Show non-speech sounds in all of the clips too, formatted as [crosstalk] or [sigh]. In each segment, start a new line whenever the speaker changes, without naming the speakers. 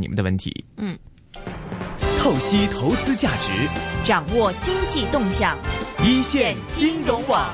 你们的问题。
嗯，
透析投资价值，
掌握经济动向，
一线
金融网。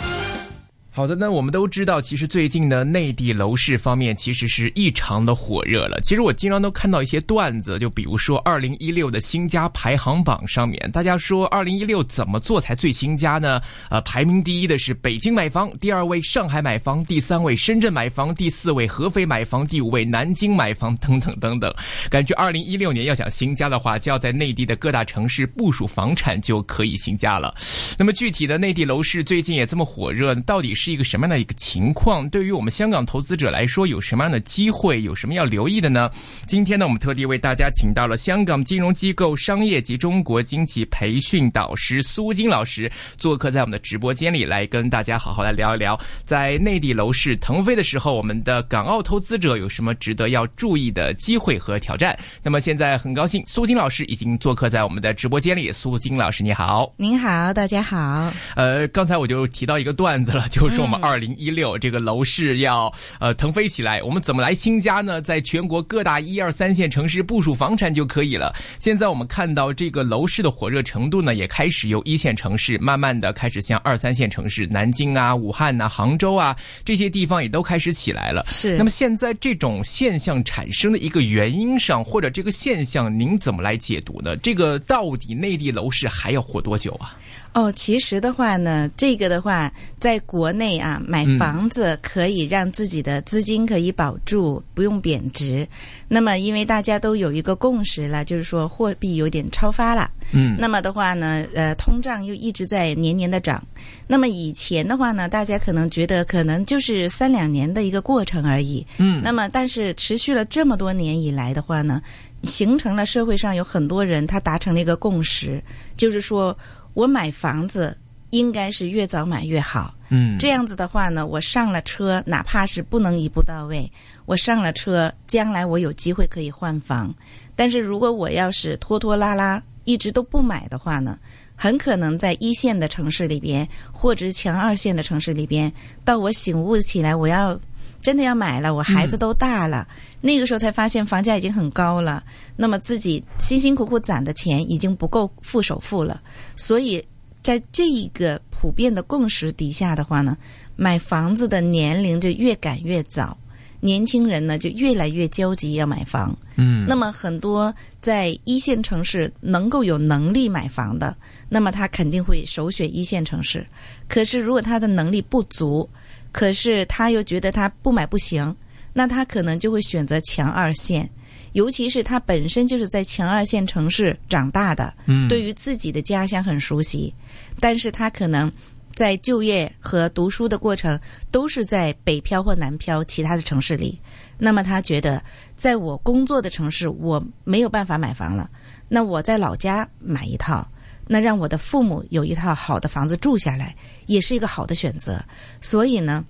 好的，那我们都知道，其实最近呢，内地楼市方面其实是异常的火热了。其实我经常都看到一些段子，就比如说二零一六的新家排行榜上面，大家说二零一六怎么做才最新家呢？呃，排名第一的是北京买房，第二位上海买房，第三位深圳买房，第四位合肥买房，第五位南京买房，等等等等。感觉二零一六年要想新家的话，就要在内地的各大城市部署房产就可以新家了。那么具体的内地楼市最近也这么火热，到底是一个什么样的一个情况？对于我们香港投资者来说，有什么样的机会？有什么要留意的呢？今天呢，我们特地为大家请到了香港金融机构商业及中国经济培训导师苏金老师做客在我们的直播间里，来跟大家好好来聊一聊，在内地楼市腾飞的时候，我们的港澳投资者有什么值得要注意的机会和挑战？那么现在很高兴，苏金老师已经做客在我们的直播间里。苏金老师，你好。
您好，大家好。
呃，刚才我就提到一个段子了， [laughs] 就是说我
嗯
们二零一六这个楼市要呃腾飞起来，我们怎么来新家呢？在全国各大一二三线城市部署房产就可以了。现在我们看到这个楼市的火热程度呢，也开始由一线城市慢慢的开始向二三线城市，南京啊、武汉呐、杭州啊这些地方也都开始起来了。
是
那么现在这种现象产生的一个原因上，或者这个现象您怎么来解读呢？这个到底内地楼市还要火多久啊？
哦，其实的话呢，这个的话，在国内啊，买房子可以让自己的资金可以保住，不用贬值。那么，因为大家都有一个共识了，就是说货币有点超发了。
嗯
那么的话呢，呃，通胀又一直在年年的涨。那么以前的话呢，大家可能觉得可能就是三两年的一个过程而已。
嗯
那么，但是持续了这么多年以来的话呢，形成了社会上有很多人他达成了一个共识，就是说我买房子应该是越早买越好。
嗯
这样子的话呢，我上了车，哪怕是不能一步到位，我上了车，将来我有机会可以换房。但是如果我要是拖拖拉拉，一直都不买的话呢，很可能在一线的城市里边，或者强二线的城市里边，到我醒悟起来，我要真的要买了，我孩子都大了，那个时候才发现房价已经很高了，那么自己辛辛苦苦攒的钱已经不够付首付了，所以在这一个普遍的共识底下的话呢，买房子的年龄就越赶越早，年轻人呢就越来越焦急要买房。
嗯
那么很多在一线城市能够有能力买房的，那么他肯定会首选一线城市。可是如果他的能力不足，可是他又觉得他不买不行，那他可能就会选择强二线。尤其是他本身就是在强二线城市长大的，
嗯
对于自己的家乡很熟悉，但是他可能在就业和读书的过程都是在北漂或南漂其他的城市里，那么他觉得在我工作的城市我没有办法买房了，那我在老家买一套，那让我的父母有一套好的房子住下来，也是一个好的选择。所以呢，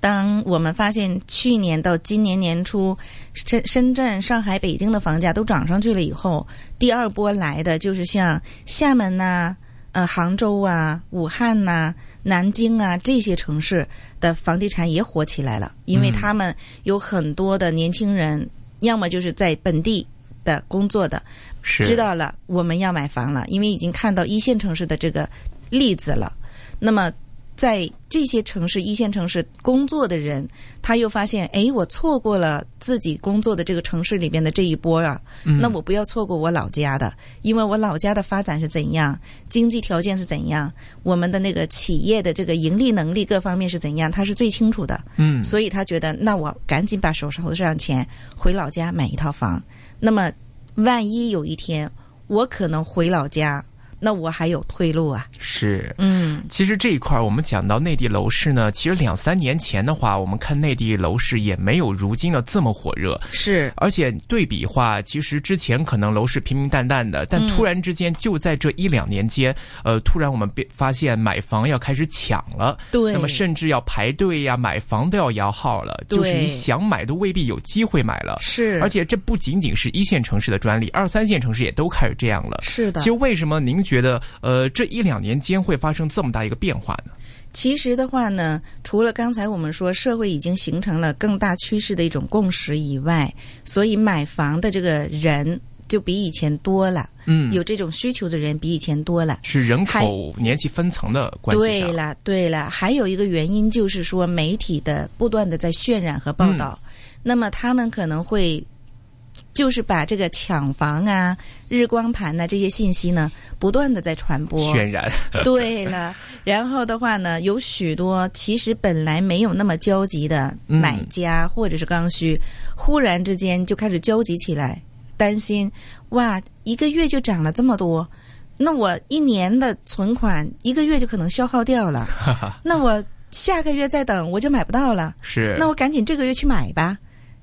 当我们发现去年到今年年初，深深圳、上海、北京的房价都涨上去了以后，第二波来的就是像厦门呐、呃杭州啊、武汉呐、南京啊这些城市的房地产也火起来了，因为他们有很多的年轻人，要么就是在本地的工作的，
是
知道了我们要买房了，因为已经看到一线城市的这个例子了。那么，在这些城市一线城市工作的人，他又发现，哎，我错过了自己工作的这个城市里边的这一波啊，那我不要错过我老家的，因为我老家的发展是怎样，经济条件是怎样，我们的那个企业的这个盈利能力各方面是怎样，他是最清楚的。
嗯
所以他觉得，那我赶紧把手头上的钱回老家买一套房。那么，万一有一天我可能回老家，那我还有退路啊。
是
嗯，
其实这一块儿，我们讲到内地楼市呢，其实两三年前的话，我们看内地楼市也没有如今的这么火热。
是
而且对比话，其实之前可能楼市平平淡淡的，但
嗯
突然之间就在这一两年间，呃，突然我们变发现买房要开始抢了，
对。
那么甚至要排队呀、买房都要摇号了，
对
就是你想买都未必有机会买了。
是，
而且这不仅仅是一线城市的专利，二三线城市也都开始这样了。
是的
其实，为什么您觉觉得呃这一两年间会发生这么大一个变化呢？
其实的话呢，除了刚才我们说社会已经形成了更大趋势的一种共识以外，所以买房的这个人就比以前多了，
嗯，
有这种需求的人比以前多了。
是人口年纪分层的关系
对
上，
了，对了，还有一个原因就是说，媒体的不断的在渲染和报道，
嗯
那么他们可能会就是把这个抢房啊、日光盘啊呐、这些信息呢，不断的在传播。
渲染，
对了，然后的话呢，有许多其实本来没有那么焦急的买家或者是刚需，忽然之间就开始焦急起来，担心哇，一个月就涨了这么多，那我一年的存款一个月就可能消耗掉了，那我下个月再等我就买不到了，
是
那我赶紧这个月去买吧，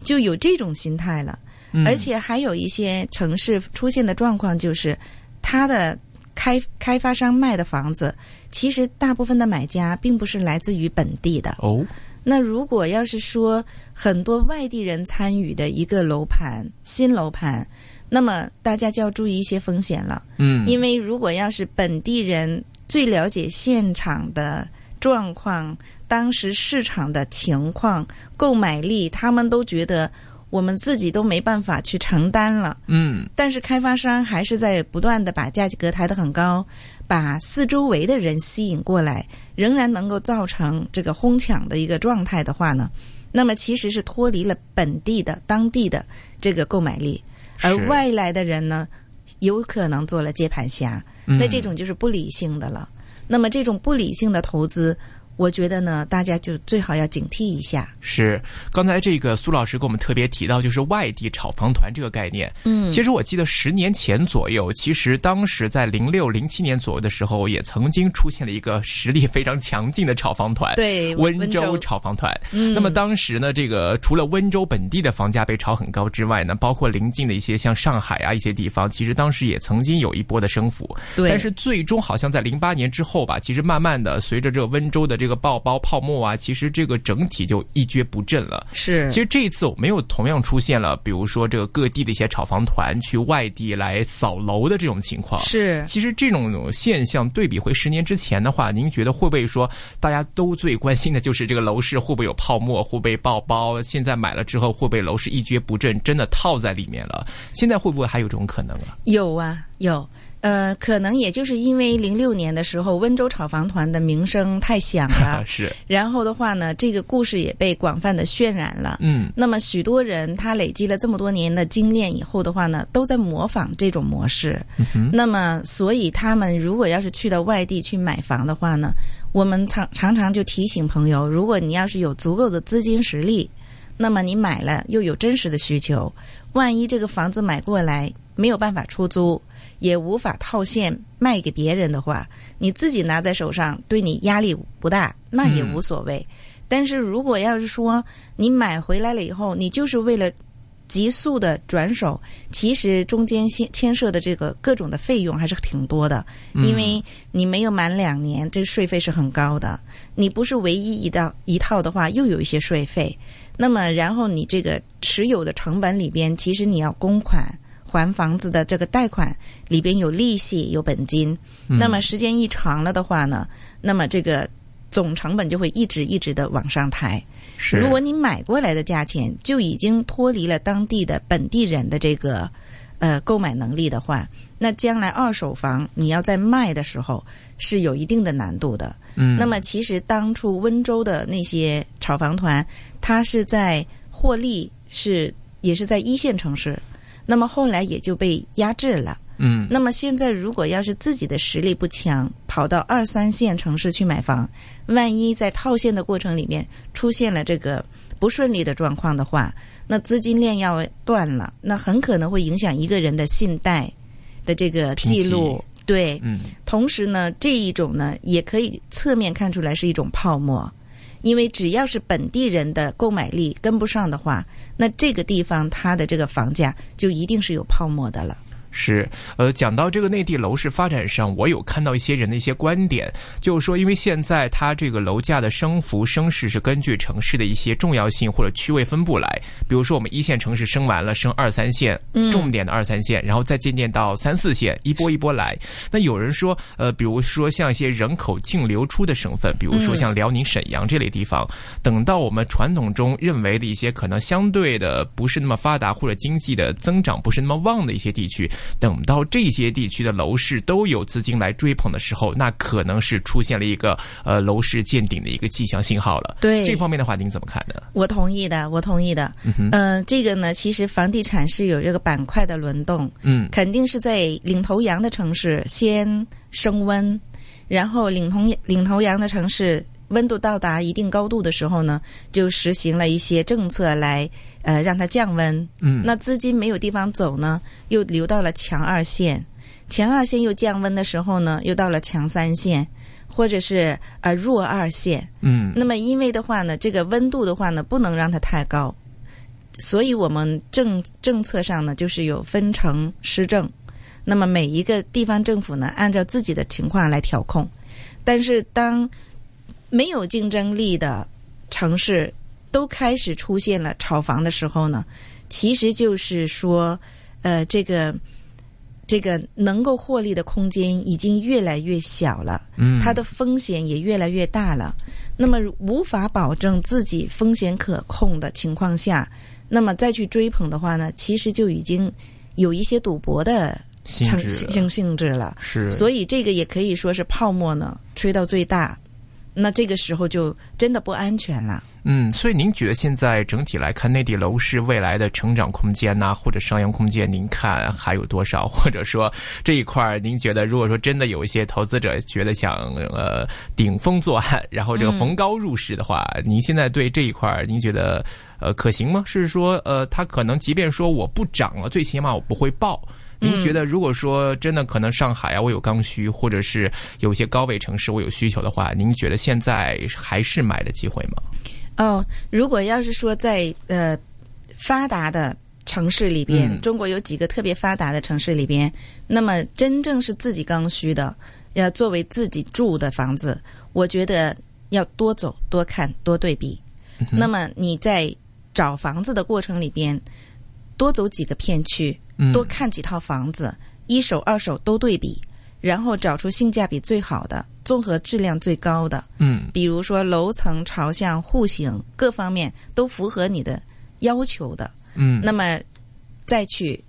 就有这种心态了。
嗯
而且还有一些城市出现的状况就是，它的开开发商卖的房子，其实大部分的买家并不是来自于本地的。
哦，
那如果要是说很多外地人参与的一个楼盘新楼盘，那么大家就要注意一些风险了，
嗯，
因为如果要是本地人最了解现场的状况、当时市场的情况、购买力，他们都觉得我们自己都没办法去承担了。
嗯
但是开发商还是在不断的把价格抬得很高，把四周围的人吸引过来，仍然能够造成这个哄抢的一个状态的话呢，那么其实是脱离了本地的当地的这个购买力，
是
而外来的人呢，有可能做了接盘侠，
嗯
那这种就是不理性的了。那么这种不理性的投资，我觉得呢，大家就最好要警惕一下。
是，刚才这个苏老师给我们特别提到，就是外地炒房团这个概念。
嗯
其实我记得十年前左右，其实当时在零六零七年左右的时候，也曾经出现了一个实力非常强劲的炒房团。
对
温
温
州
州
炒房团。
嗯
那么当时呢，这个除了温州本地的房价被炒很高之外呢，包括邻近的一些像上海啊一些地方，其实当时也曾经有一波的升幅。
对
但是最终好像在零八年之后吧，其实慢慢的随着这个温州的这个爆包泡沫啊，其实这个整体就一蹶不振了。
是
其实这一次我们又同样出现了，比如说这个各地的一些炒房团去外地来扫楼的这种情况。
是
其实这种现象对比回十年之前的话，您觉得会不会说大家都最关心的就是这个楼市会不会有泡沫，会不会爆包？现在买了之后会不会楼市一蹶不振，真的套在里面了？现在会不会还有这种可能啊？
有啊，有。呃，可能也就是因为零六年的时候，温州炒房团的名声太响
[laughs]
了，
是，
然后的话呢，这个故事也被广泛的渲染了。
嗯，
那么许多人他累积了这么多年的经验以后的话呢，都在模仿这种模式。那么，所以他们如果要是去到外地去买房的话呢，我们常常常就提醒朋友，如果你要是有足够的资金实力，那么你买了又有真实的需求，万一这个房子买过来没有办法出租，也无法套现卖给别人的话，你自己拿在手上对你压力不大，那也无所谓。但是如果要是说你买回来了以后，你就是为了急速的转手，其实中间牵牵涉的这个各种的费用还是挺多的，因为你没有满两年，这税费是很高的。你不是唯一一道一套的话，又有一些税费。那么，然后你这个持有的成本里边，其实你要公款还房子的这个贷款里边有利息有本金。
嗯
那么时间一长了的话呢，那么这个总成本就会一直一直的往上抬。
是。
如果你买过来的价钱就已经脱离了当地的本地人的这个呃购买能力的话，那将来二手房你要在卖的时候是有一定的难度的。
嗯
那么其实当初温州的那些炒房团，它是在获利是也是在一线城市，那么后来也就被压制了。
嗯
那么现在如果要是自己的实力不强，跑到二三线城市去买房，万一在套现的过程里面出现了这个不顺利的状况的话，那资金链要断了，那很可能会影响一个人的信贷的这个记录。对，
嗯
同时呢，这一种呢也可以侧面看出来是一种泡沫，因为只要是本地人的购买力跟不上的话，那这个地方它的这个房价就一定是有泡沫的了。
是，呃，讲到这个内地楼市发展上，我有看到一些人的一些观点，就是说，因为现在它这个楼价的升幅升势是根据城市的一些重要性或者区位分布来，比如说我们一线城市升完了，升二三线，重点的二三线，然后再渐渐到三四线，一波一波来。那有人说，呃，比如说像一些人口净流出的省份，比如说像辽宁、沈阳这类地方，等到我们传统中认为的一些可能相对的不是那么发达或者经济的增长不是那么旺的一些地区，等到这些地区的楼市都有资金来追捧的时候，那可能是出现了一个呃楼市见顶的一个迹象信号了。
对
这方面的话，您怎么看呢？
我同意的，我同意的。嗯、呃，这个呢，其实房地产是有这个板块的轮动，
嗯，
肯定是在领头羊的城市先升温，然后领头领头羊的城市温度到达一定高度的时候呢，就实行了一些政策来呃让它降温。
嗯
那资金没有地方走呢，又流到了强二线，强二线又降温的时候呢，又到了强三线，或者是呃弱二线。
嗯
那么因为的话呢，这个温度的话呢，不能让它太高，所以我们政政策上呢，就是有分城施政。那么每一个地方政府呢，按照自己的情况来调控。但是当没有竞争力的城市都开始出现了炒房的时候呢，其实就是说，呃，这个这个能够获利的空间已经越来越小了。
嗯，
它的风险也越来越大了。那么无法保证自己风险可控的情况下，那么再去追捧的话呢，其实就已经有一些赌博的
性
成
质
性性质了。
是，
所以这个也可以说是泡沫呢吹到最大，那这个时候就真的不安全了。
嗯，所以您觉得现在整体来看，内地楼市未来的成长空间呐、或者上扬空间，您看还有多少？或者说这一块儿，您觉得如果说真的有一些投资者觉得想呃顶风作案，然后这个逢高入市的话，您现在对这一块儿，您觉得呃可行吗？是说呃，它可能即便说我不涨了，最起码我不会爆。您觉得，如果说真的可能上海啊，我有刚需，或者是有一些高位城市我有需求的话，您觉得现在还是买的机会吗？
哦，如果要是说在呃发达的城市里边，
嗯
中国有几个特别发达的城市里边，那么真正是自己刚需的，要作为自己住的房子，我觉得要多走、多看、多对比。
嗯
那么你在找房子的过程里边，多走几个片区，
嗯
多看几套房子，一手、二手都对比，然后找出性价比最好的、综合质量最高的。
嗯
比如说楼层、朝向、户型各方面都符合你的要求的，
嗯，
那么再去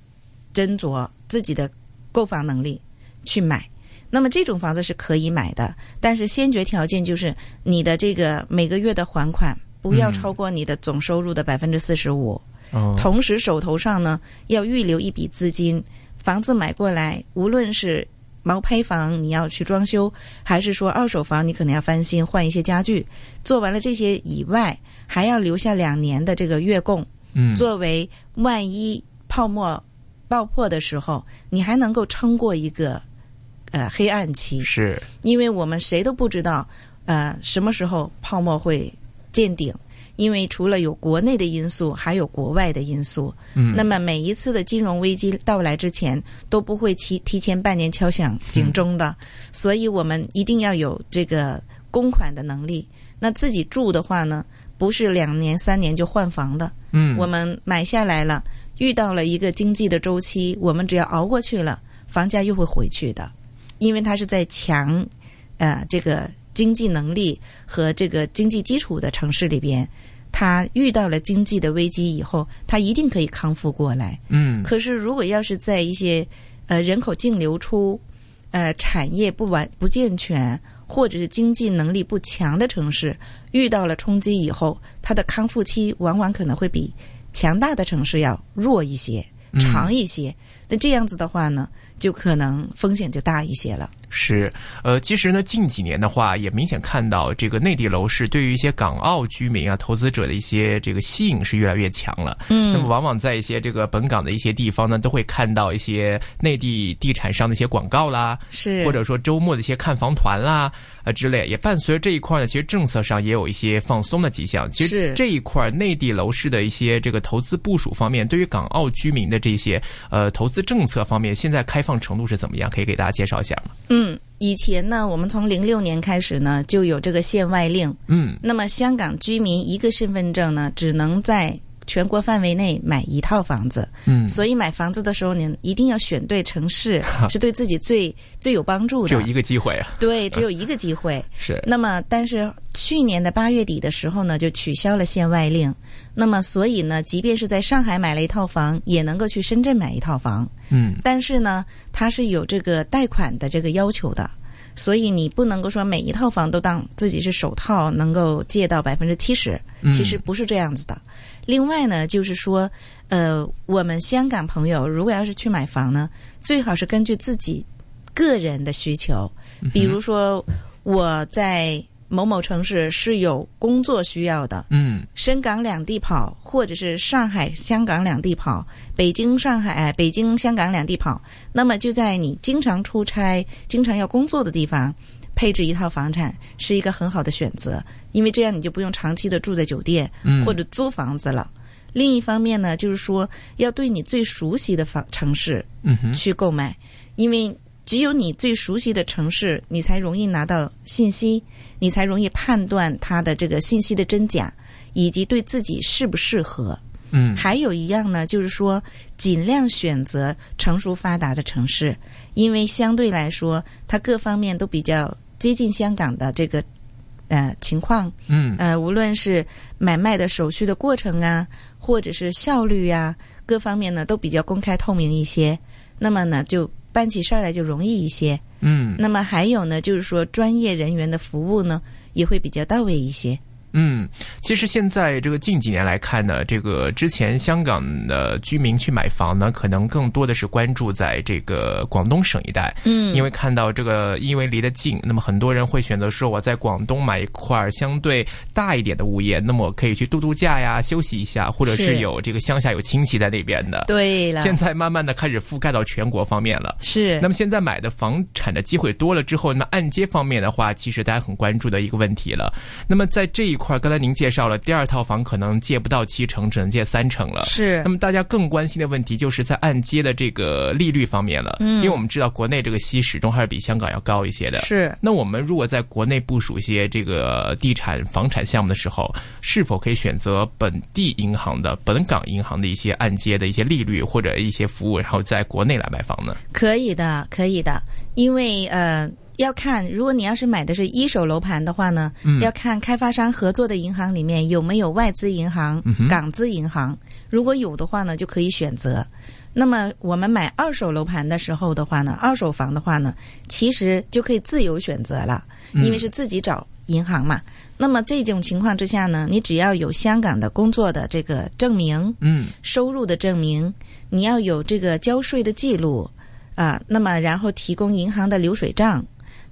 斟酌自己的购房能力去买。那么这种房子是可以买的，但是先决条件就是你的这个每个月的还款不要
嗯
超过你的总收入的百分之四十五。
哦
同时手头上呢要预留一笔资金，房子买过来，无论是毛坯房你要去装修，还是说二手房你可能要翻新换一些家具，做完了这些以外，还要留下两年的这个月供，
嗯
作为万一泡沫爆破的时候，你还能够撑过一个呃黑暗期，
嗯是
因为我们谁都不知道呃什么时候泡沫会见顶。因为除了有国内的因素，还有国外的因素，
嗯
那么每一次的金融危机到来之前，都不会提提前半年敲响警钟的，所以我们一定要有这个公款的能力。那自己住的话呢，不是两年三年就换房的，
嗯
我们买下来了，遇到了一个经济的周期，我们只要熬过去了，房价又会回去的，因为它是在强，呃，这个经济能力和这个经济基础的城市里边，它遇到了经济的危机以后，它一定可以康复过来。
嗯
可是如果要是在一些呃人口净流出、呃产业不完不健全或者是经济能力不强的城市，遇到了冲击以后，它的康复期往往可能会比强大的城市要弱一些、
嗯
长一些。那这样子的话呢，就可能风险就大一些了。
是，呃，其实呢，近几年的话，也明显看到这个内地楼市对于一些港澳居民啊、投资者的一些这个吸引是越来越强了。嗯，那么往往在一些这个本港的一些地方呢，都会看到一些内地地产商的一些广告啦，
是
或者说周末的一些看房团啦啊、呃之类，也伴随着这一块呢，其实政策上也有一些放松的迹象。其实
是
这一块内地楼市的一些这个投资部署方面，对于港澳居民的这些呃投资政策方面，现在开放程度是怎么样？可以给大家介绍一下吗？
嗯，以前呢，我们从零六年开始呢，就有这个限外令。
嗯，
那么香港居民一个身份证呢，只能在全国范围内买一套房子。
嗯，
所以买房子的时候，你一定要选对
[laughs]
城市，是对自己最最有帮助的。
只有一个机会啊，
对，只有一个
[laughs]
机会。
是
那么，但是去年的八月底的时候呢，就取消了限外令。那么，所以呢，即便是在上海买了一套房，也能够去深圳买一套房。
嗯，
但是呢，它是有这个贷款的这个要求的，所以你不能够说每一套房都当自己是首套能够借到百分之七十，
嗯
其实不是这样子的。另外呢，就是说，呃，我们香港朋友如果要是去买房呢，最好是根据自己个人的需求，比如说我在某某城市是有工作需要的，
嗯
深港两地跑，或者是上海、香港两地跑，北京、上海、哎北京、香港两地跑，那么就在你经常出差、经常要工作的地方，配置一套房产是一个很好的选择，因为这样你就不用长期的住在酒店
嗯
或者租房子了。另一方面呢，就是说要对你最熟悉的房城市
嗯哼，
去购买，因为只有你最熟悉的城市，你才容易拿到信息，你才容易判断它的这个信息的真假，以及对自己适不适合。
嗯
还有一样呢，就是说尽量选择成熟发达的城市，因为相对来说，它各方面都比较接近香港的这个呃情况。
嗯
呃，无论是买卖的手续的过程啊，或者是效率啊，各方面呢都比较公开透明一些，那么呢就办起事儿来就容易一些。
嗯
那么还有呢，就是说专业人员的服务呢也会比较到位一些。
嗯。其实现在这个近几年来看呢，这个之前香港的居民去买房呢，可能更多的是关注在这个广东省一带，
嗯
因为看到这个，因为离得近，那么很多人会选择说我在广东买一块相对大一点的物业，那么我可以去度度假呀，休息一下，或者是
是
有这个乡下有亲戚在那边的。
对了，
现在慢慢的开始覆盖到全国方面了。
是
那么现在买的房产的机会多了之后，那么按揭方面的话，其实大家很关注的一个问题了。那么在这一块儿，刚才您介绍了第二套房可能借不到七成，只能借三成了。
是
那么大家更关心的问题就是在按揭的这个利率方面了，嗯，因为我们知道国内这个息始终还是比香港要高一些的。
是
那我们如果在国内部署一些这个地产、房产项目的时候，是否可以选择本地银行的、本港银行的一些按揭的一些利率或者一些服务，然后在国内来买房呢？
可以的，可以的，因为呃。要看，如果你要是买的是一手楼盘的话呢，要看开发商合作的银行里面有没有外资银行、港资银行。如果有的话呢，就可以选择。那么我们买二手楼盘的时候的话呢，二手房的话呢，其实就可以自由选择了，因为是自己找银行嘛。那么这种情况之下呢，你只要有香港的工作的这个证明，
嗯，
收入的证明，你要有这个交税的记录啊，那么然后提供银行的流水账，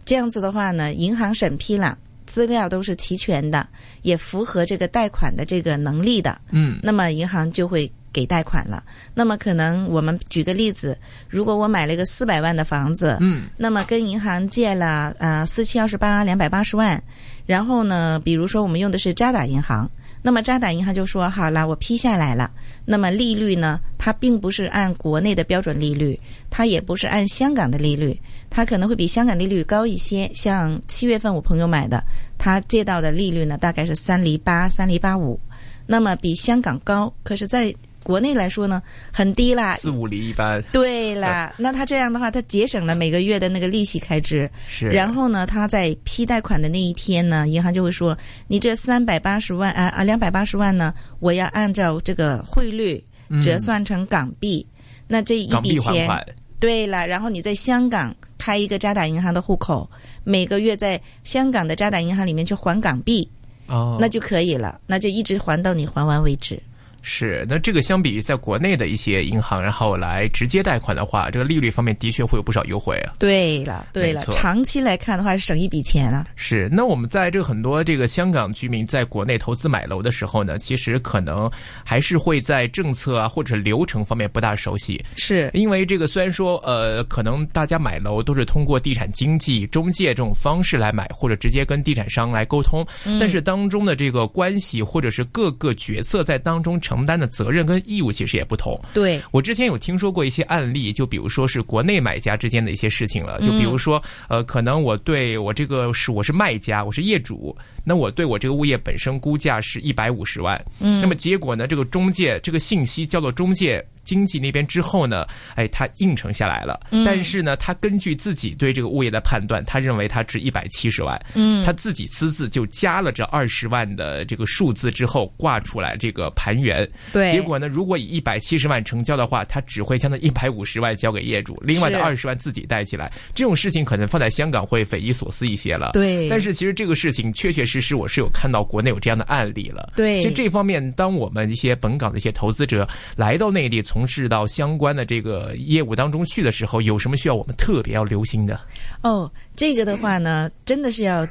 这样子的话呢，银行审批了，资料都是齐全的，也符合这个贷款的这个能力的，
嗯，
那么银行就会。给贷款了，那么可能我们举个例子，如果我买了一个四百万的房子，
嗯，
那么跟银行借了呃四七二十八两百八十万，然后呢，比如说我们用的是渣打银行，那么渣打银行就说好了，我批下来了，那么利率呢，它并不是按国内的标准利率，它也不是按香港的利率，它可能会比香港利率高一些。像七月份我朋友买的，他借到的利率呢大概是三厘八、三厘八五，那么比香港高，可是在国内来说呢很低啦。
四五厘一般
对
呃
啦，那他这样的话，他节省了每个月的那个利息开支，
是，
然后呢，他在批贷款的那一天呢，银行就会说，你这三百八十万啊啊两百八十万呢，我要按照这个汇率折算成港币，那这一
嗯港
笔
币
钱，
还款，
对了，然后你在香港开一个渣打银行的户口，每个月在香港的渣打银行里面去还港币，
哦，
那就可以了，那就一直还到你还完为止。
是，那这个相比于在国内的一些银行，然后来直接贷款的话，这个利率方面的确会有不少优惠啊。
对了，对了
没，错
长期来看的话，省一笔钱啊。
是，那我们在这个很多这个香港居民在国内投资买楼的时候呢，其实可能还是会在政策啊或者流程方面不大熟悉，
是
因为这个虽然说呃，可能大家买楼都是通过地产经纪、中介这种方式来买，或者直接跟地产商来沟通，
嗯
但是当中的这个关系或者是各个角色在当中承担的责任跟义务其实也不同。
对，
我之前有听说过一些案例，就比如说是国内买家之间的一些事情了，就比如说，呃，可能我对我这个是我是卖家，我是业主，那我对我这个物业本身估价是一百五十万，嗯，那么结果呢，这个中介这个信息交到中介。经济那边之后呢，哎，他应承下来了，但是呢，他根据自己对这个物业的判断，他认为他值一百七十万，嗯，他自己私自就加了这二十万的这个数字之后挂出来这个盘源，
对
结果呢，如果以一百七十万成交的话，他只会将那一百五十万交给业主，另外的二十万自己带起来。这种事情可能放在香港会匪夷所思一些了。
对
但是其实这个事情确确实实我是有看到国内有这样的案例了。
对
其实这方面，当我们一些本港的一些投资者来到内地从事到相关的这个业务当中去的时候，有什么需要我们特别要留心的？
哦，这个的话呢，真的是要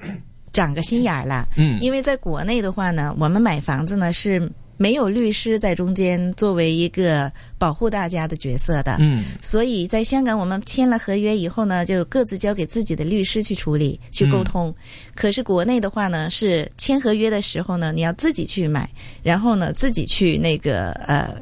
长个心眼儿啦。
嗯，
因为在国内的话呢，我们买房子呢是没有律师在中间作为一个保护大家的角色的。
嗯，
所以在香港，我们签了合约以后呢，就各自交给自己的律师去处理、去沟通。
嗯
可是国内的话呢，是签合约的时候呢，你要自己去买，然后呢，自己去那个呃，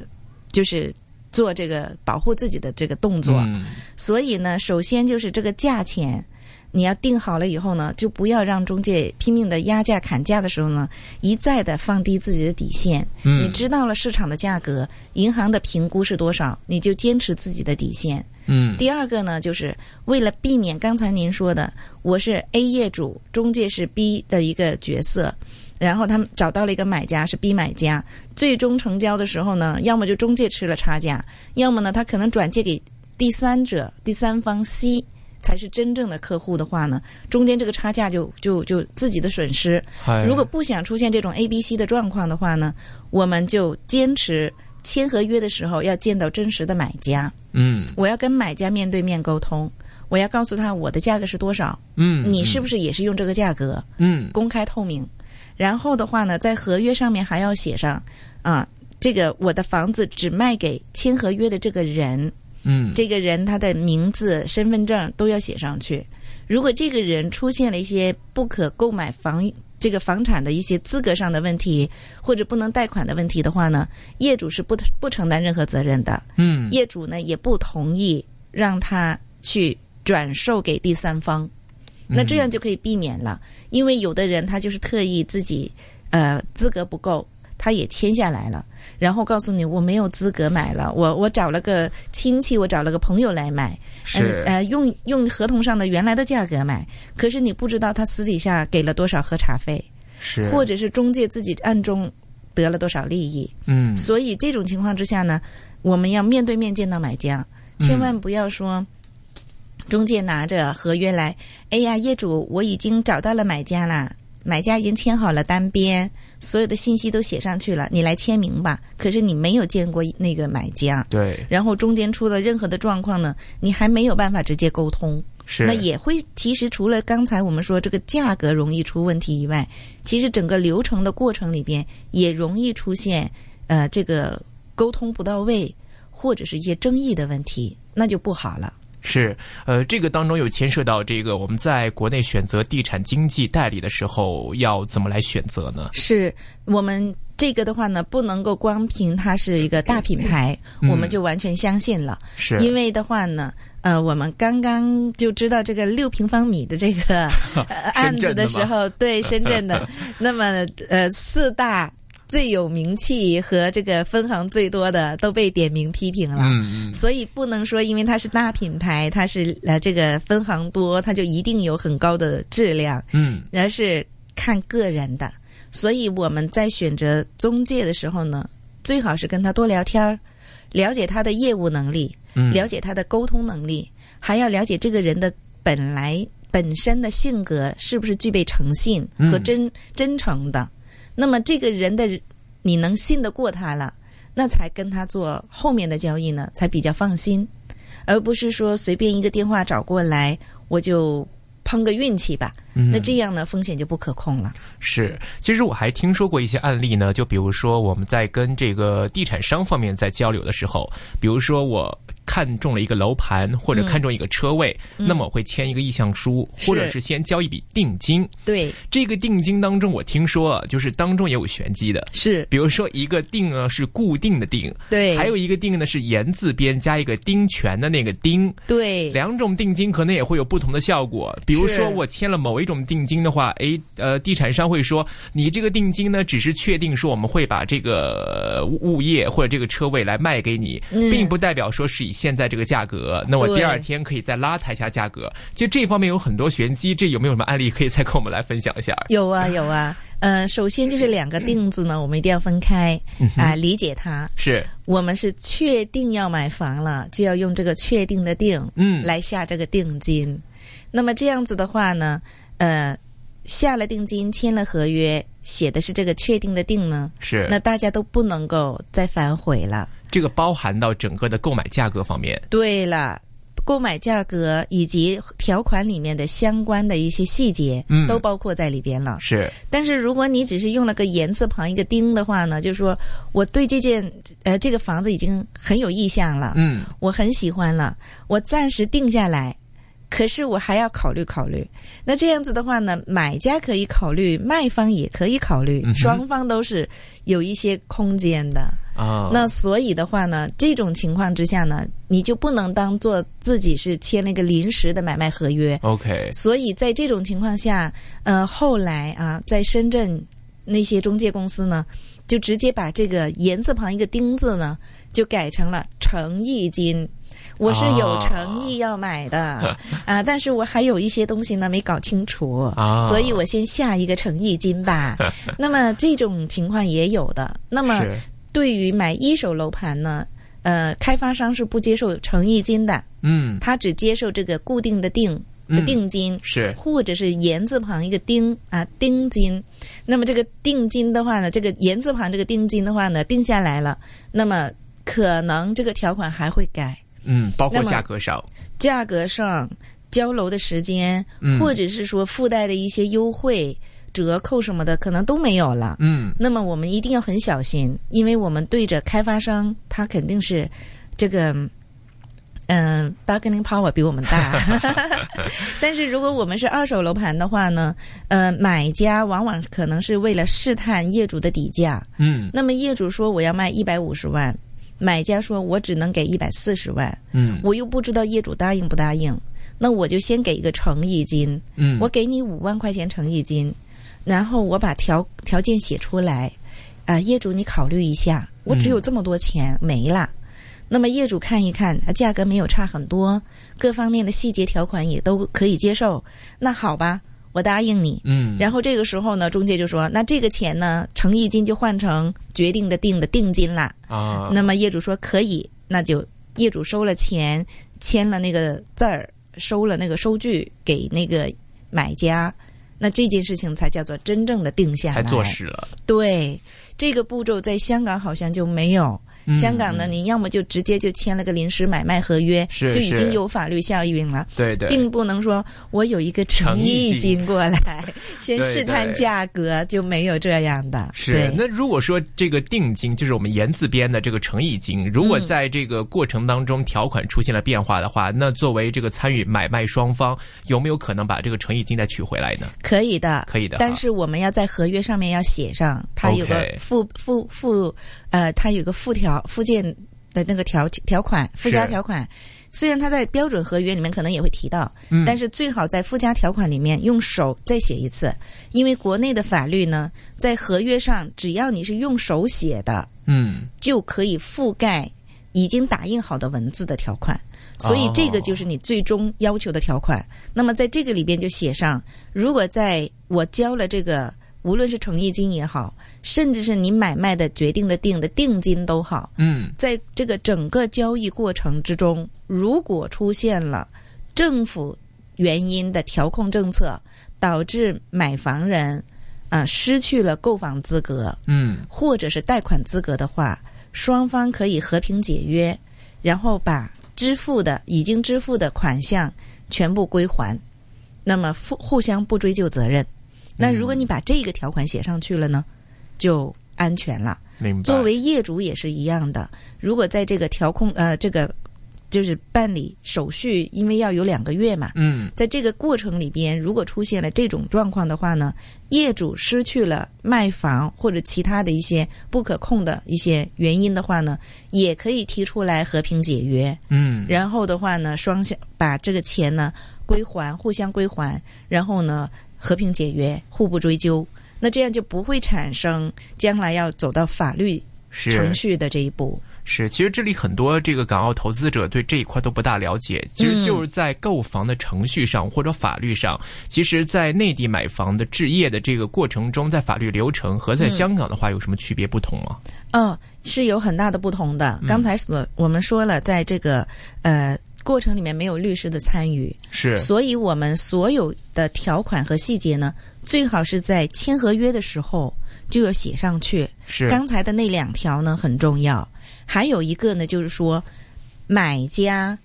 就是做这个保护自己的这个动作。
嗯
所以呢，首先就是这个价钱，你要定好了以后呢，就不要让中介拼命的压价砍价的时候呢，一再的放低自己的底线。
嗯
你知道了市场的价格，银行的评估是多少，你就坚持自己的底线。
嗯，
第二个呢，就是为了避免刚才您说的，我是 A 业主，中介是 B 的一个角色，然后他们找到了一个买家是 B 买家，最终成交的时候呢，要么就中介吃了差价，要么呢他可能转借给第三者、第三方 C。才是真正的客户的话呢，中间这个差价就就就自己的损失。
嗨
如果不想出现这种 A、B、C 的状况的话呢，我们就坚持签合约的时候要见到真实的买家。
嗯
我要跟买家面对面沟通，我要告诉他我的价格是多少，
嗯，
你是不是也是用这个价格，
嗯
公开透明。然后的话呢，在合约上面还要写上啊，这个我的房子只卖给签合约的这个人，
嗯
这个人他的名字、身份证都要写上去。如果这个人出现了一些不可购买房这个房产的一些资格上的问题，或者不能贷款的问题的话呢，业主是不不承担任何责任的。
嗯
业主呢也不同意让他去转售给第三方，
嗯
那这样就可以避免了。因为有的人他就是特意自己呃资格不够，他也签下来了，然后告诉你我没有资格买了，我我找了个亲戚，我找了个朋友来买，
是
呃呃用用合同上的原来的价格买，可是你不知道他私底下给了多少喝茶费，
是
或者是中介自己暗中得了多少利益。
嗯
所以这种情况之下呢，我们要面对面见到买家，千万不要说。中介拿着合约来，哎呀，业主，我已经找到了买家啦，买家已经签好了单边，所有的信息都写上去了，你来签名吧。可是你没有见过那个买家，
对
然后中间出了任何的状况呢，你还没有办法直接沟通。
是
那也会，其实除了刚才我们说这个价格容易出问题以外，其实整个流程的过程里边也容易出现呃这个沟通不到位，或者是一些争议的问题，那就不好了。
是，呃，这个当中有牵涉到这个我们在国内选择地产经纪代理的时候要怎么来选择呢？
是我们这个的话呢，不能够光凭它是一个大品牌，
嗯
我们就完全相信了。
是
因为的话呢，呃，我们刚刚就知道这个六平方米的这 [laughs] 个、呃、案子的时候，对深圳 [laughs] 的，那么呃四大最有名气和这个分行最多的都被点名批评了。
嗯嗯
所以不能说，因为它是大品牌，它是呃这个分行多，它就一定有很高的质量。
嗯
而是看个人的。所以我们在选择中介的时候呢，最好是跟他多聊天儿，了解他的业务能力，
嗯，
了解他的沟通能力，还要了解这个人的本来本身的性格是不是具备诚信
嗯
和真、真诚的。那么这个人的你能信得过他了，那才跟他做后面的交易呢，才比较放心，而不是说随便一个电话找过来我就碰个运气吧。那这样呢，风险就不可控了。
嗯是，其实我还听说过一些案例呢，就比如说我们在跟这个地产商方面在交流的时候，比如说我看中了一个楼盘或
嗯
者看中一个车位，那么我会签一个意向书，
是
或者是先交一笔定金。
对，
这个定金当中，我听说啊，就是当中也有玄机的。
是，
比如说，一个定呢是固定的定，
对，
还有一个定呢是言字边加一个丁权的那个丁，
对，
两种定金可能也会有不同的效果。比如说，我签了某一种定金的话，诶，呃，地产商会说，你这个定金呢，只是确定说我们会把这个呃物业或者这个车位来卖给你，
嗯
并不代表说是以现在这个价格。那我
对
第二天可以再拉抬一下价格。其实这方面有很多玄机，这有没有什么案例可以再跟我们来分享一下？
有啊，有啊。呃，首先就是两个定子呢，我们一定要分开
嗯
啊、理解它。
是，
我们是确定要买房了，就要用这个确定的定，
嗯
来下这个定金。那么这样子的话呢，呃，下了定金，签了合约，写的是这个确定的定呢，
是，
那大家都不能够再反悔了。
这个包含到整个的购买价格方面。
对了。购买价格以及条款里面的相关的一些细节，
嗯
都包括在里边了。
是，
但是如果你只是用了个言字旁一个丁的话呢，就是说我对这件呃这个房子已经很有意向了，
嗯，
我很喜欢了，我暂时定下来，可是我还要考虑考虑。那这样子的话呢，买家可以考虑，卖方也可以考虑
嗯，哼
双方都是有一些空间的。
啊，
那所以的话呢，这种情况之下呢，你就不能当做自己是签了一个临时的买卖合约，
OK，
所以在这种情况下，呃，后来啊，在深圳那些中介公司呢，就直接把这个言字旁一个丁字呢，就改成了诚意金。我是有诚意要买的啊但是我还有一些东西呢没搞清楚，
啊
所以我先下一个诚意
[laughs]
金吧。那么这种情况也有的。那么
是，
对于买一手楼盘呢，呃，开发商是不接受诚意金的，
嗯，
他只接受这个固定的定的
嗯
定金。
是，
或者是言字旁一个丁啊，丁金。那么这个定金的话呢，这个言字旁这个定金的话呢，定下来了，那么可能这个条款还会改，
嗯，包括
那么
价格上，
价格上、交楼的时间，
嗯
或者是说附带的一些优惠、折扣什么的，可能都没有了。
嗯，
那么我们一定要很小心，因为我们对着开发商，他肯定是这个。嗯，bargaining power 比我们大， [laughs] 但是如果我们是二手楼盘的话呢，呃，买家往往可能是为了试探业主的底价，
嗯
那么业主说我要卖一百五十万，买家说我只能给一百四十万，
嗯
我又不知道业主答应不答应，那我就先给一个诚意金，
嗯，
我给你五万块钱诚意金，然后我把条条件写出来，啊、业主你考虑一下，我只有这么多钱、
嗯
没了。那么业主看一看，啊，价格没有差很多，各方面的细节条款也都可以接受。那好吧，我答应你。
嗯，
然后这个时候呢，中介就说：“那这个钱呢，诚意金就换成决定的定的定金啦。
啊，
那么业主说可以，那就业主收了钱，签了那个字儿，收了那个收据给那个买家，那这件事情才叫做真正的定下来。
才做实了。
对，这个步骤在香港好像就没有。
嗯
香港呢，你要么就直接就签了个临时买卖合约，
是
就已
是
经有法律效应了。
对对，
并不能说我有一个诚意金过来，
[laughs]
先
对
试探
对
价格就没有这样的。
是
对。
那如果说这个定金就是我们言字边的这个诚意金，如果在这个过程当中条款出现了变化的话，那作为这个参与买卖双方，有没有可能把这个诚意金再取回来呢？
可以的，
可以的
但
哈
是我们要在合约上面要写上，它有个
OK
附附附呃，它有个附条附件的那个条条款附加
是
条款。虽然它在标准合约里面可能也会提到，
嗯
但是最好在附加条款里面用手再写一次，因为国内的法律呢，在合约上只要你是用手写的，
嗯，
就可以覆盖已经打印好的文字的条款，所以这个就是你最终要求的条款。那么在这个里边就写上，如果在我交了这个，无论是诚意金也好，甚至是你买卖的决定的定的定金都好，
嗯，
在这个整个交易过程之中，如果出现了政府原因的调控政策，导致买房人啊、呃失去了购房资格，
嗯，
或者是贷款资格的话，双方可以和平解约，然后把支付的已经支付的款项全部归还，那么互互相不追究责任。那如果你把这个条款写上去了呢，就安全了。
明白。
作为业主也是一样的，如果在这个调控呃这个就是办理手续，因为要有两个月嘛，
嗯，
在这个过程里边，如果出现了这种状况的话呢，业主失去了卖房或者其他的一些不可控的一些原因的话呢，也可以提出来和平解约。
嗯，
然后的话呢，双向把这个钱呢归还，互相归还，然后呢和平解约，互不追究。那这样就不会产生将来要走到法律
是
程序的这一步。
是，其实这里很多这个港澳投资者对这一块都不大了解。其
嗯
实就是在购房的程序上或者法律上，其实，在内地买房的置业的这个过程中，在法律流程和
嗯
在香港的话有什么区别不同吗？
哦，是有很大的不同的。
嗯
刚才所我们说了，在这个呃过程里面没有律师的参与，
是
所以我们所有的条款和细节呢，最好是在签合约的时候就要写上去。
是，
刚才的那两条呢很重要，还有一个呢就是说，买家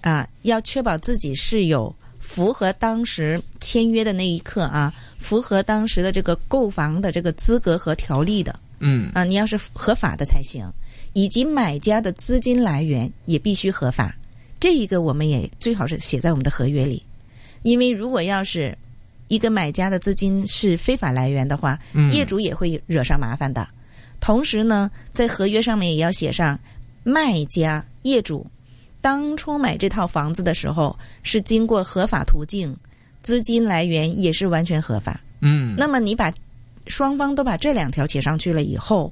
啊、要确保自己是有符合当时签约的那一刻啊，符合当时的这个购房的这个资格和条例的。
嗯，
啊，你要是合法的才行，以及买家的资金来源也必须合法。这一个我们也最好是写在我们的合约里，因为如果要是一个买家的资金是非法来源的话，
嗯
业主也会惹上麻烦的。同时呢，在合约上面也要写上卖家、业主当初买这套房子的时候是经过合法途径，资金来源也是完全合法。
嗯，
那么你把双方都把这两条写上去了以后，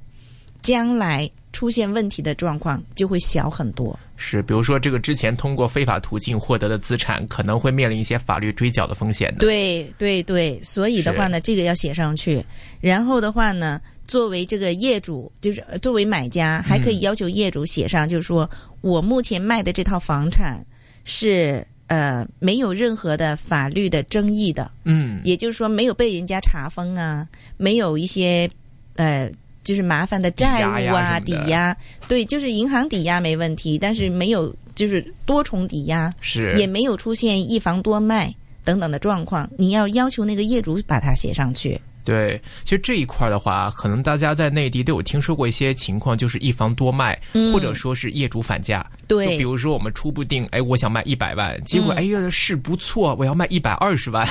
将来出现问题的状况就会小很多。
是，比如说这个之前通过非法途径获得的资产，可能会面临一些法律追缴的风险的。
对对对，所以的话呢，这个要写上去。然后的话呢，作为这个业主，就是呃作为买家，还可以要求业主写上，就是说、我目前卖的这套房产是呃没有任何的法律的争议的，
嗯，
也就是说没有被人家查封啊，没有一些呃就是麻烦的债
抵
务
押呀
啊、
什么的
抵押，对，就是银行抵押没问题，但是没有就是多重抵押，
是，
也没有出现一房多卖等等的状况，你要要求那个业主把它写上去。
对，其实这一块的话，可能大家在内地都有听说过一些情况，就是一房多卖，
嗯
或者说是业主反价。
对
就比如说我们初步定，哎，我想卖一百万，结果、
嗯
哎呀是不错，我要卖一百二十
[laughs]
万，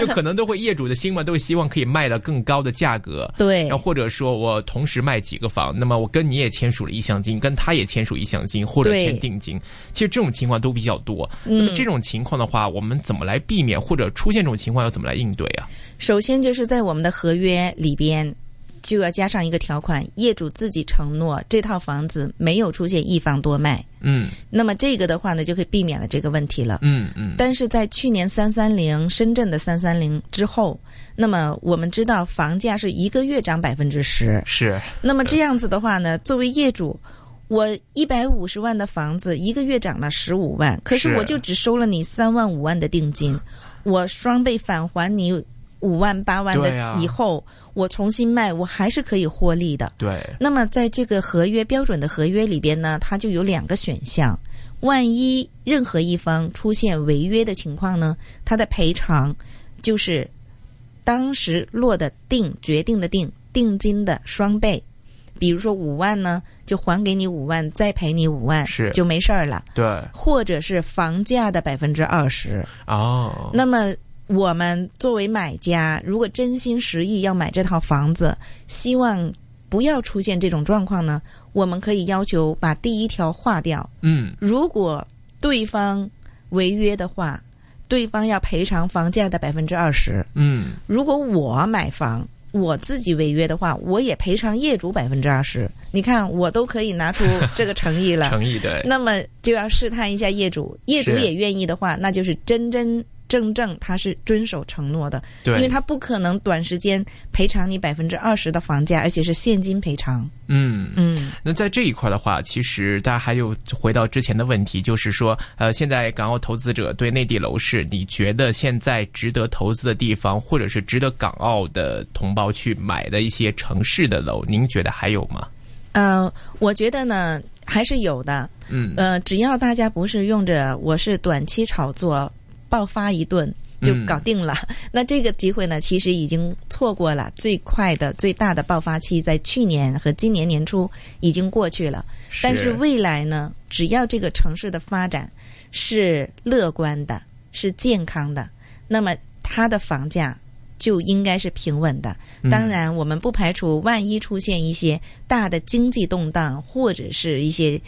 就可能都会业主的心嘛，都会希望可以卖到更高的价格。
对
然后或者说我同时卖几个房，那么我跟你也签署了意向金，跟他也签署意向金或者
对嗯
签定金，其实这种情况都比较多。那么这种情况的话，我们怎么来避免或者出现这种情况要怎么来应对啊？
首先就是在我们的合约里边。就要加上一个条款，业主自己承诺这套房子没有出现一房多卖，
嗯
那么这个的话呢，就可以避免了这个问题了。
嗯嗯。
但是在去年三三零深圳的三三零之后，那么我们知道房价是一个月涨百分之十。
是，
那么这样子的话呢，作为业主，我一百五十万的房子一个月涨了十五万，可是
是
我就只收了你三万五万的定金，我双倍返还你五万八万
对
的
啊
以后，我重新卖，我还是可以获利的。
对，
那么在这个合约标准的合约里边呢，它就有两个选项。万一任何一方出现违约的情况呢，它的赔偿就是当时落的定决定的定定金的双倍。比如说五万呢，就还给你五万，再赔你五万，
是
就没事儿了。
对，
或者是房价的百分之二十。
哦，
那么我们作为买家，如果真心实意要买这套房子，希望不要出现这种状况呢，我们可以要求把第一条划掉。
嗯，
如果对方违约的话，对方要赔偿房价的百分之二十。
嗯，
如果我买房，我自己违约的话，我也赔偿业主百分之二十。你看，我都可以拿出这个诚意了。
诚意对，
那么就要试探一下业主，业主
是
也愿意的话，那就是真真正正他是遵守承诺的，因为
对，
他不可能短时间赔偿你百分之二十的房价，而且是现金赔偿。
嗯。
嗯，
那在这一块的话，其实大家还有回到之前的问题，就是说，呃，现在港澳投资者对内地楼市，你觉得现在值得投资的地方，或者是值得港澳的同胞去买的一些城市的楼，您觉得还有吗？
呃，我觉得呢还是有的。
嗯
呃，只要大家不是用着我是短期炒作爆发一顿就搞定了，那这个机会呢，其实已经错过了。最快的、最大的爆发期在去年和今年年初已经过去了，但是未来呢，只要这个城市的发展是乐观的、是健康的，那么它的房价。就应该是平稳的。
嗯
当然，我们不排除万一出现一些大的经济动荡，或者是一些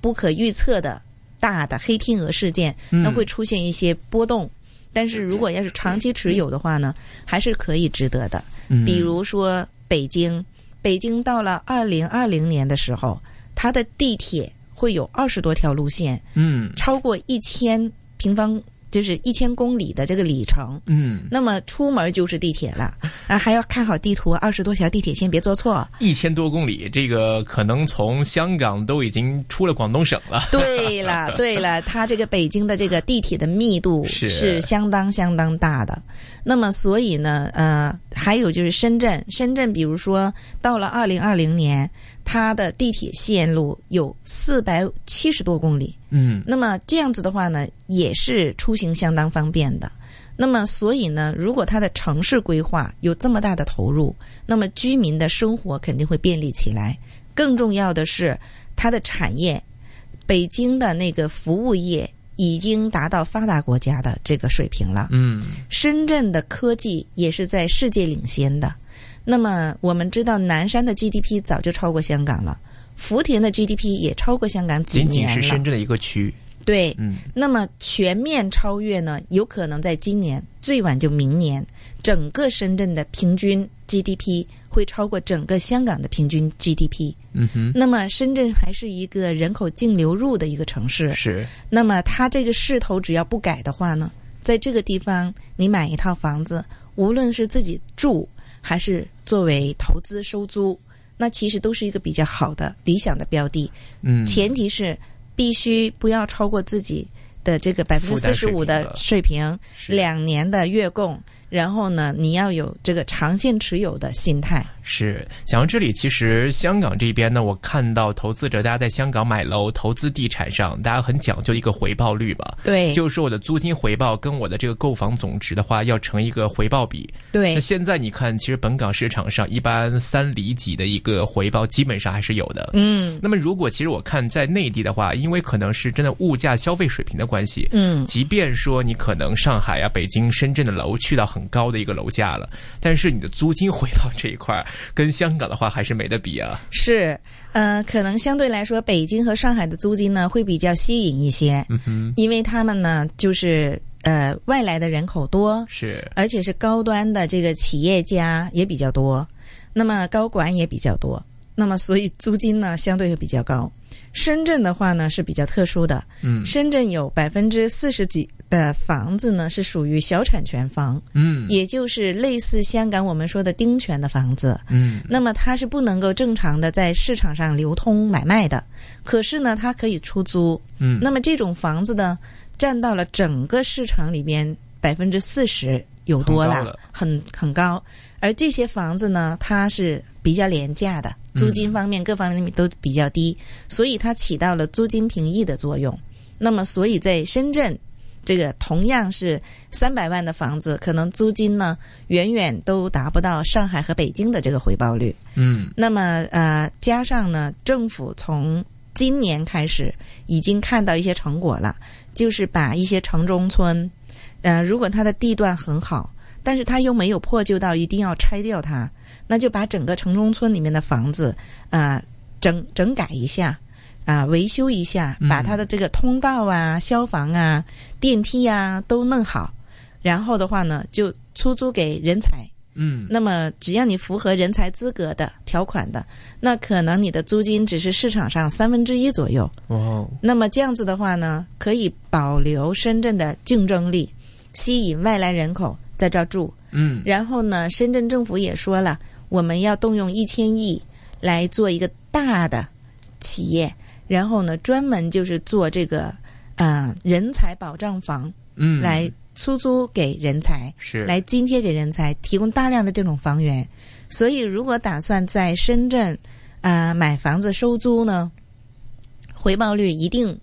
不可预测的大的黑天鹅事件，
嗯
那会出现一些波动。但是如果要是长期持有的话呢，还是可以值得的。
嗯
比如说北京，北京到了二零二零年的时候，它的地铁会有二十多条路线，
嗯
超过一千平方，就是一千公里的这个里程。
嗯，
那么出门就是地铁了啊，还要看好地图，二十多条地铁线别坐错。
一千多公里，这个可能从香港都已经出了广东省了。
对了，对了，它这个北京的这个地铁的密度
是
是相当相当大的。那么，所以呢，呃，还有就是深圳，深圳比如说到了二零二零年，它的地铁线路有四百七十多公里，
嗯
那么这样子的话呢，也是出行相当方便的。那么，所以呢，如果它的城市规划有这么大的投入，那么居民的生活肯定会便利起来。更重要的是，它的产业，北京的那个服务业已经达到发达国家的这个水平了。
嗯
深圳的科技也是在世界领先的。那么我们知道，南山的 GDP 早就超过香港了，福田的 GDP 也超过香港几
仅
年
仅
了。
是深圳的一个区域。
对，
嗯
那么全面超越呢，有可能在今年，最晚就明年，整个深圳的平均 GDP 会超过整个香港的平均 GDP。
嗯哼，
那么深圳还是一个人口净流入的一个城市，
是
那么它这个势头只要不改的话呢，在这个地方你买一套房子，无论是自己住还是作为投资收租，那其实都是一个比较好的理想的标的。
嗯
前提是必须不要超过自己的这个百分之
负
四
担
十
水
五
平
的
了
水平，
是
两年的月供，然后呢，你要有这个长线持有的心态。
是，讲到这里，其实香港这边呢，我看到投资者大家在香港买楼、投资地产上，大家很讲究一个回报率吧。
对，
就是说我的租金回报跟我的这个购房总值的话，要成一个回报比。
对
那，现在你看，其实本港市场上一般三厘几的一个回报，基本上还是有的。
嗯
那么如果其实我看在内地的话，因为可能是真的物价、消费水平的关系，
嗯，
即便说你可能上海啊、北京、深圳的楼去到很高的一个楼价了，但是你的租金回到这一块儿，跟香港的话还是没得比啊。
是，呃，可能相对来说，北京和上海的租金呢会比较吸引一些，
嗯哼，
因为他们呢就是呃外来的人口多，
是，
而且是高端的这个企业家也比较多，那么高管也比较多，那么所以租金呢相对会比较高。深圳的话呢是比较特殊的，
嗯
深圳有百分之四十几的房子呢是属于小产权房，
嗯
也就是类似香港我们说的丁权的房子。
嗯
那么它是不能够正常的在市场上流通买卖的，可是呢，它可以出租。
嗯
那么这种房子呢，占到了整个市场里边百分之四十有多
很高了
很很高。而这些房子呢，它是比较廉价的，
嗯
租金方面各方面都比较低，所以它起到了租金平抑的作用。那么，所以在深圳，这个同样是三百万的房子，可能租金呢远远都达不到上海和北京的这个回报率。
嗯
那么呃，加上呢，政府从今年开始已经看到一些成果了，就是把一些城中村，呃，如果它的地段很好，但是它又没有破旧到一定要拆掉它，那就把整个城中村里面的房子，呃，整整改一下。啊，维修一下，把它的这个通道啊、消防啊、电梯啊都弄好，然后的话呢，就出租给人才，
嗯
那么只要你符合人才资格的条款的，那可能你的租金只是市场上三分之一左右。
哇哦，
那么这样子的话呢，可以保留深圳的竞争力，吸引外来人口在这儿住。
嗯
然后呢，深圳政府也说了，我们要动用一千亿来做一个大的企业，然后呢，专门就是做这个嗯、呃人才保障房，
嗯，
来出租给人才。
是
来津贴给人才，提供大量的这种房源。所以，如果打算在深圳呃买房子收租呢，回报率一定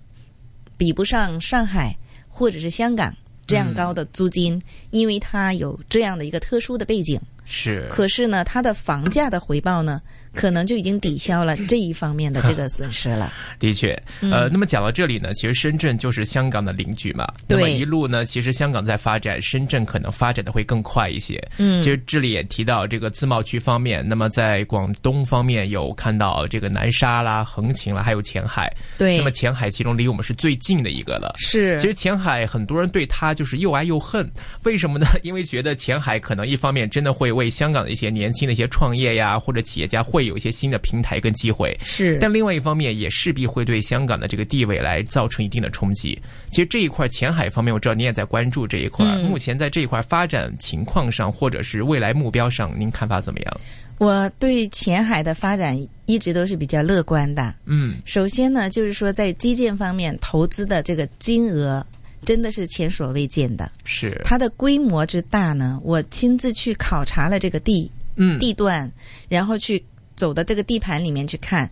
比不上上海或者是香港这样高的租金，因为它有这样的一个特殊的背景。
是
可是呢，它的房价的回报呢，可能就已经抵消了这一方面的这个损失了。
[laughs] 的确，
嗯
呃，那么讲到这里呢，其实深圳就是香港的邻居嘛。
对
那么一路呢，其实香港在发展，深圳可能发展的会更快一些。
嗯
其实这里也提到这个自贸区方面，那么在广东方面有看到这个南沙啦、横琴啦，还有前海。
对
那，么前海其中离我们是最近的一个了。
是，
其实前海很多人对它就是又爱又恨，为什么呢？因为觉得前海可能一方面真的会为香港的一些年轻的一些创业呀，或者企业家会有一些新的平台跟机会，
是，
但另外一方面也势必会对香港的这个地位来造成一定的冲击。其实这一块前海方面，我知道你也在关注这一块，
嗯
目前在这一块发展情况上，或者是未来目标上，您看法怎么样？
我对前海的发展一直都是比较乐观的。
嗯，
首先呢，就是说在基建方面投资的这个金额真的是前所未见的，
是，
它的规模之大呢，我亲自去考察了这个地
嗯，
地段，然后去走到这个地盘里面去看。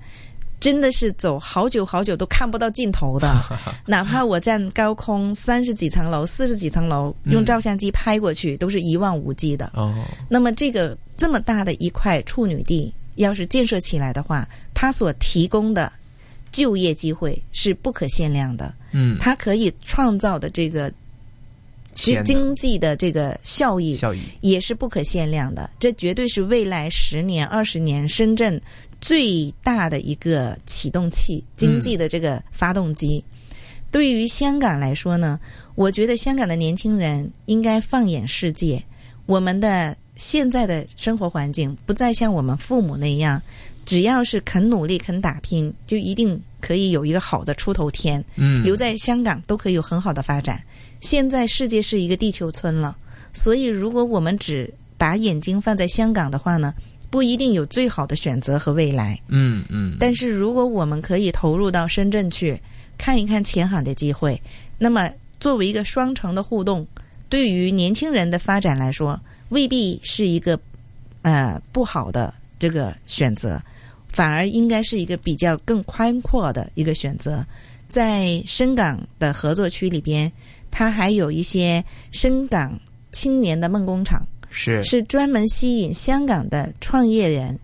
真的是走好久好久都看不到尽头的，哪怕我站高空三十几层楼、四十几层楼，用
嗯
照相机拍过去，都是一望无际的。
哦，
那么这个这么大的一块处女地，要是建设起来的话，它所提供的就业机会是不可限量的，
嗯，
它可以创造的这个经
钱呢
经济的这个效益
效益，
也是不可限量的，这绝对是未来十年、二十年深圳最大的一个启动器，经济的这个发动机。对于香港来说呢，我觉得香港的年轻人应该放眼世界，我们的现在的生活环境不再像我们父母那样。只要是肯努力、肯打拼，就一定可以有一个好的出头天。
嗯，
留在香港都可以有很好的发展。现在世界是一个地球村了，所以如果我们只把眼睛放在香港的话呢，不一定有最好的选择和未来。
嗯嗯，
但是如果我们可以投入到深圳去看一看前海的机会，那么作为一个双城的互动，对于年轻人的发展来说，未必是一个呃不好的这个选择，反而应该是一个比较更宽阔的一个选择。在深港的合作区里边，它还有一些深港青年的梦工厂。
是
是专门吸引香港的创业人，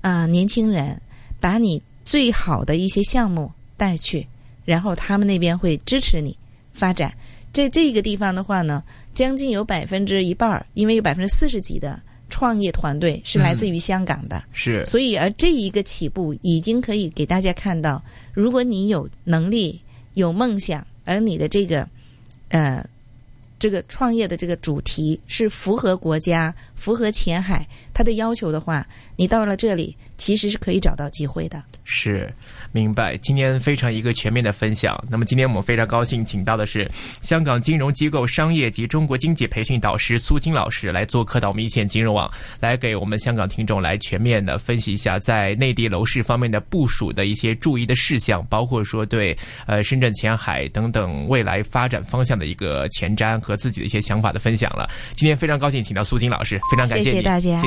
啊、年轻人，把你最好的一些项目带去，然后他们那边会支持你发展。在这个地方的话呢，将近有百分之一半儿，因为有百分之四十几的创业团队是来自于香港的，
是，
所以而这一个起步已经可以给大家看到，如果你有能力、有梦想，而你的这个呃这个创业的这个主题是符合国家、符合前海它的要求的话，你到了这里其实是可以找到机会的。
是，明白。今天非常一个全面的分享。那么今天我们非常高兴请到的是香港金融机构商业及中国经济培训导师苏金老师来做客到我们一线金融网，来给我们香港听众来全面的分析一下在内地楼市方面的部署的一些注意的事项，包括说对呃深圳前海等等未来发展方向的一个前瞻和自己的一些想法的分享了。今天非常高兴请到苏金老师，非常感
谢
你，
谢大家
谢谢